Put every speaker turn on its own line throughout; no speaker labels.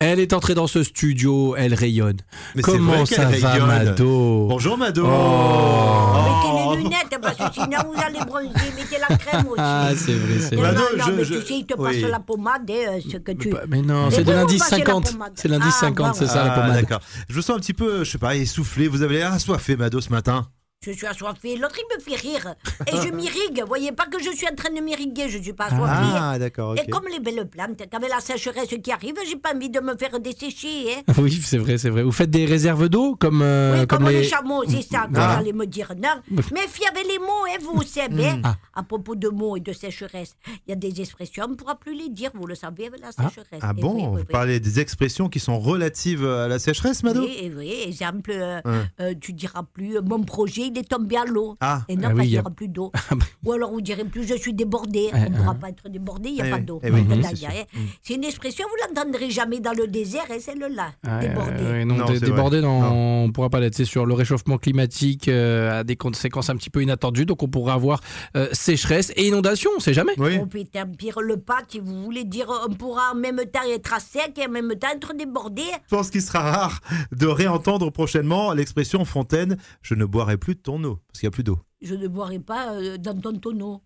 Elle est entrée dans ce studio, elle rayonne.
Mais c'est
Comment
vrai
ça
qu'elle
va,
rayonne.
Mado
Bonjour Mado
Mettez
Oh.
les lunettes, parce que sinon vous allez bronzer. Mettez la crème aussi.
Ah, c'est vrai, c'est
Non,
vrai.
Bah,
non,
non,
non,
je-
mais
je-
tu sais, il te passe
oui.
la pommade et euh, ce que tu...
Bah, Mais non,
Mais
c'est de
pourquoi
l'indice
pas, c'est la
50.
pommade
C'est l'indice
Ah,
50, c'est ça la
Ah,
pommade.
d'accord. Je me sens un petit peu, je sais pas, essoufflé. Vous avez l'air assoiffé, Mado, ce matin.
Je suis assoiffée. L'autre, il me fait rire. Et je m'irrigue. Voyez pas que je suis en train de m'irriguer. Je suis
Ah,
pas assoiffée.
d'accord,
Et comme les belles plantes, qu'avec la sécheresse qui arrive, j'ai pas envie de me faire dessécher. Hein.
Oui, c'est vrai, c'est vrai. Vous faites des réserves d'eau comme, euh,
oui,
comme les...
chameaux, c'est ça que vous
Ah.
allez me dire. Non, méfiez avec les mots, hein, vous savez.
Mm.
Ah.
À propos de mots et de sécheresse, il y a des expressions, on ne pourra plus les dire, vous le savez, avec la
Ah.
sécheresse.
Ah
Eh
bon
oui,
Vous
oui, oui.
parlez des expressions qui sont relatives à la sécheresse, Mado
Oui, eh oui, exemple, euh,
Ouais.
euh, tu diras plus, euh, mon projet, il est tombé à l'eau.
Hein. Ah,
Et non,
Ah oui,
parce qu'il
y
n'y
a-
aura plus d'eau.
bah
Ou alors vous direz plus, je suis débordé.
Eh,
On ne pourra pas être débordé, il n'y a
hein. Eh
pas
oui,
d'eau.
eh oui,
Voilà,
mhm,
il y a-
c'est sûr.
eh, C'est une expression, vous l'entendrez jamais dans le désert, et celle-là,
Ah
Ouais,
débordé.
Ah, euh, ouais, ouais, non,
Non,
dé-
c'est vrai.
débordé, non,
Non.
on ne pourra pas l'être. C'est sûr, le réchauffement climatique euh, a des conséquences un petit peu inattendues, donc on pourra avoir euh, sécheresse et inondation, on sait jamais.
Oui.
Oh putain, pire le pas, si vous voulez dire, on pourra en même temps être à sec et en même temps être débordé.
Je pense qu'il sera rare de réentendre prochainement l'expression fontaine je ne boirai plus de ton eau, parce qu'il n'y a plus d'eau.
Je ne boirai pas euh, dans ton tonneau.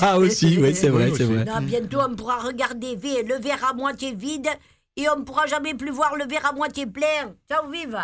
Ah aussi, oui, c'est vrai,
Oui,
c'est
aussi.
vrai.
Non, bientôt, on pourra regarder vi- le verre à moitié vide et on ne pourra jamais plus voir le verre à moitié plein. Ciao, vive